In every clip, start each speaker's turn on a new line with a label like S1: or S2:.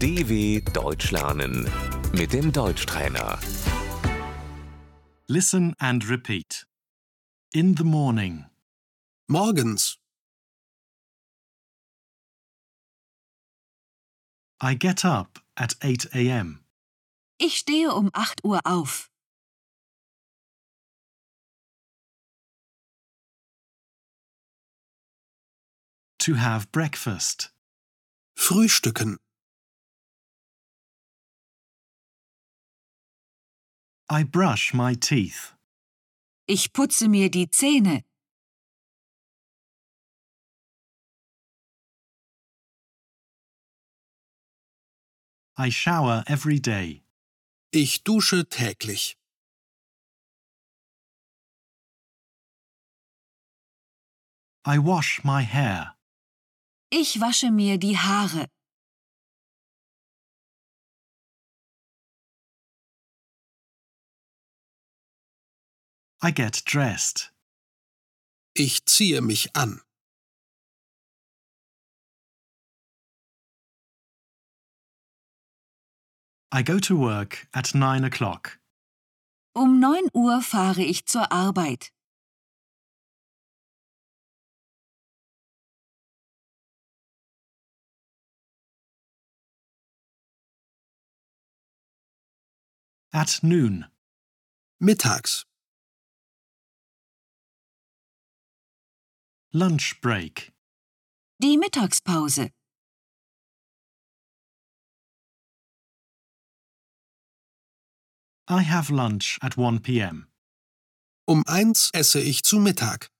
S1: DW Deutsch lernen mit dem Deutschtrainer.
S2: Listen and repeat. In the morning,
S3: Morgens.
S2: I get up at 8 a.m.
S4: Ich stehe um 8 Uhr auf.
S2: to have breakfast.
S3: Frühstücken.
S2: I brush my teeth.
S4: Ich putze mir die Zähne.
S2: I shower every day.
S3: Ich dusche täglich.
S2: I wash my hair.
S4: Ich wasche mir die Haare.
S2: I get dressed.
S3: Ich ziehe mich an.
S2: I go to work at 9 o'clock.
S4: Um 9 Uhr fahre ich zur Arbeit.
S2: At noon,
S3: Mittags.
S2: lunch break.
S4: Die Mittagspause.
S2: I have lunch at 1 p.m.
S3: Um eins esse ich zu Mittag.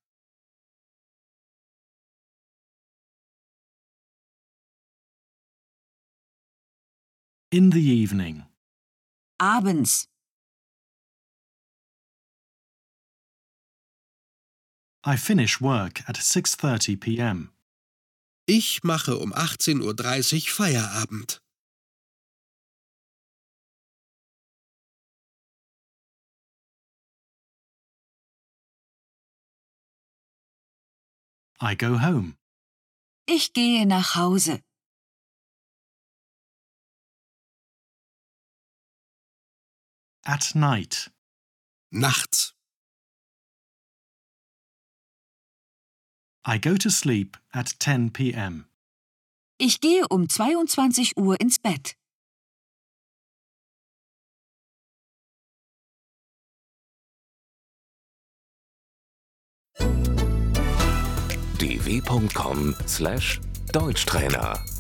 S2: In the evening,
S4: Abends.
S2: I finish work at 6:30 p.m.
S3: Ich mache um 18.30 Uhr Feierabend.
S2: I go home.
S4: Ich gehe nach Hause.
S2: At night,
S3: Nachts.
S2: I go to sleep at 10 p.m.
S4: Ich gehe um 22 Uhr ins Bett.
S1: dw.com/deutschtrainer